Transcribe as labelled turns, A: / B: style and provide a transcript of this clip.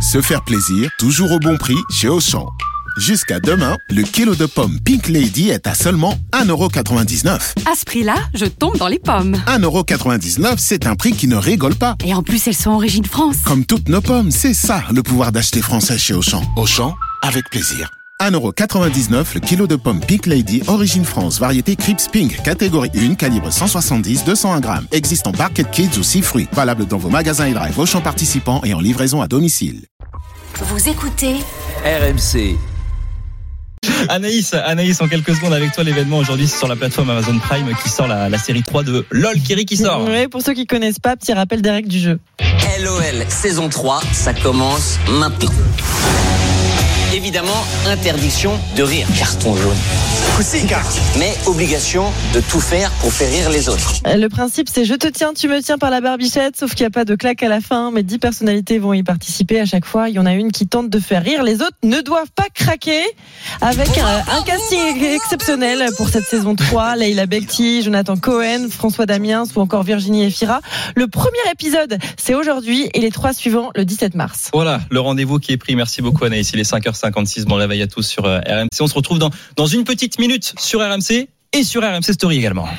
A: se faire plaisir, toujours au bon prix chez Auchan. Jusqu'à demain, le kilo de pommes Pink Lady est à seulement 1,99€.
B: À ce prix-là, je tombe dans les pommes.
A: 1,99€, c'est un prix qui ne rigole pas.
B: Et en plus, elles sont origine France.
A: Comme toutes nos pommes, c'est ça le pouvoir d'acheter français chez Auchan. Auchan, avec plaisir. 1,99€ le kilo de pommes Pink Lady, origine France, variété Crips Pink, catégorie 1, calibre 170-201 grammes. Existe en Barket Kids ou 6 fruits. Valable dans vos magasins et drive, Auchan participants et en livraison à domicile.
C: Vous écoutez
D: RMC.
E: Anaïs, Anaïs, en quelques secondes avec toi, l'événement aujourd'hui c'est sur la plateforme Amazon Prime qui sort la, la série 3 de LOL Kerry qui sort.
F: Ouais, pour ceux qui connaissent pas, petit rappel des règles du jeu.
G: LOL saison 3, ça commence maintenant. Évidemment, interdiction de rire. Carton jaune. Mais obligation de tout faire pour faire rire les autres.
F: Euh, Le principe, c'est je te tiens, tu me tiens par la barbichette, sauf qu'il n'y a pas de claque à la fin, mais 10 personnalités vont y participer à chaque fois. Il y en a une qui tente de faire rire, les autres ne doivent pas craquer avec euh, un casting exceptionnel pour cette saison 3. Leila Bekti, Jonathan Cohen, François Damiens ou encore Virginie Efira. Le premier épisode, c'est aujourd'hui et les trois suivants le 17 mars.
E: Voilà, le rendez-vous qui est pris. Merci beaucoup Anaïs. Il est 5h56. Bon réveil à tous sur euh, RMC. On se retrouve dans, dans une petite minute sur RMC et sur RMC Story également.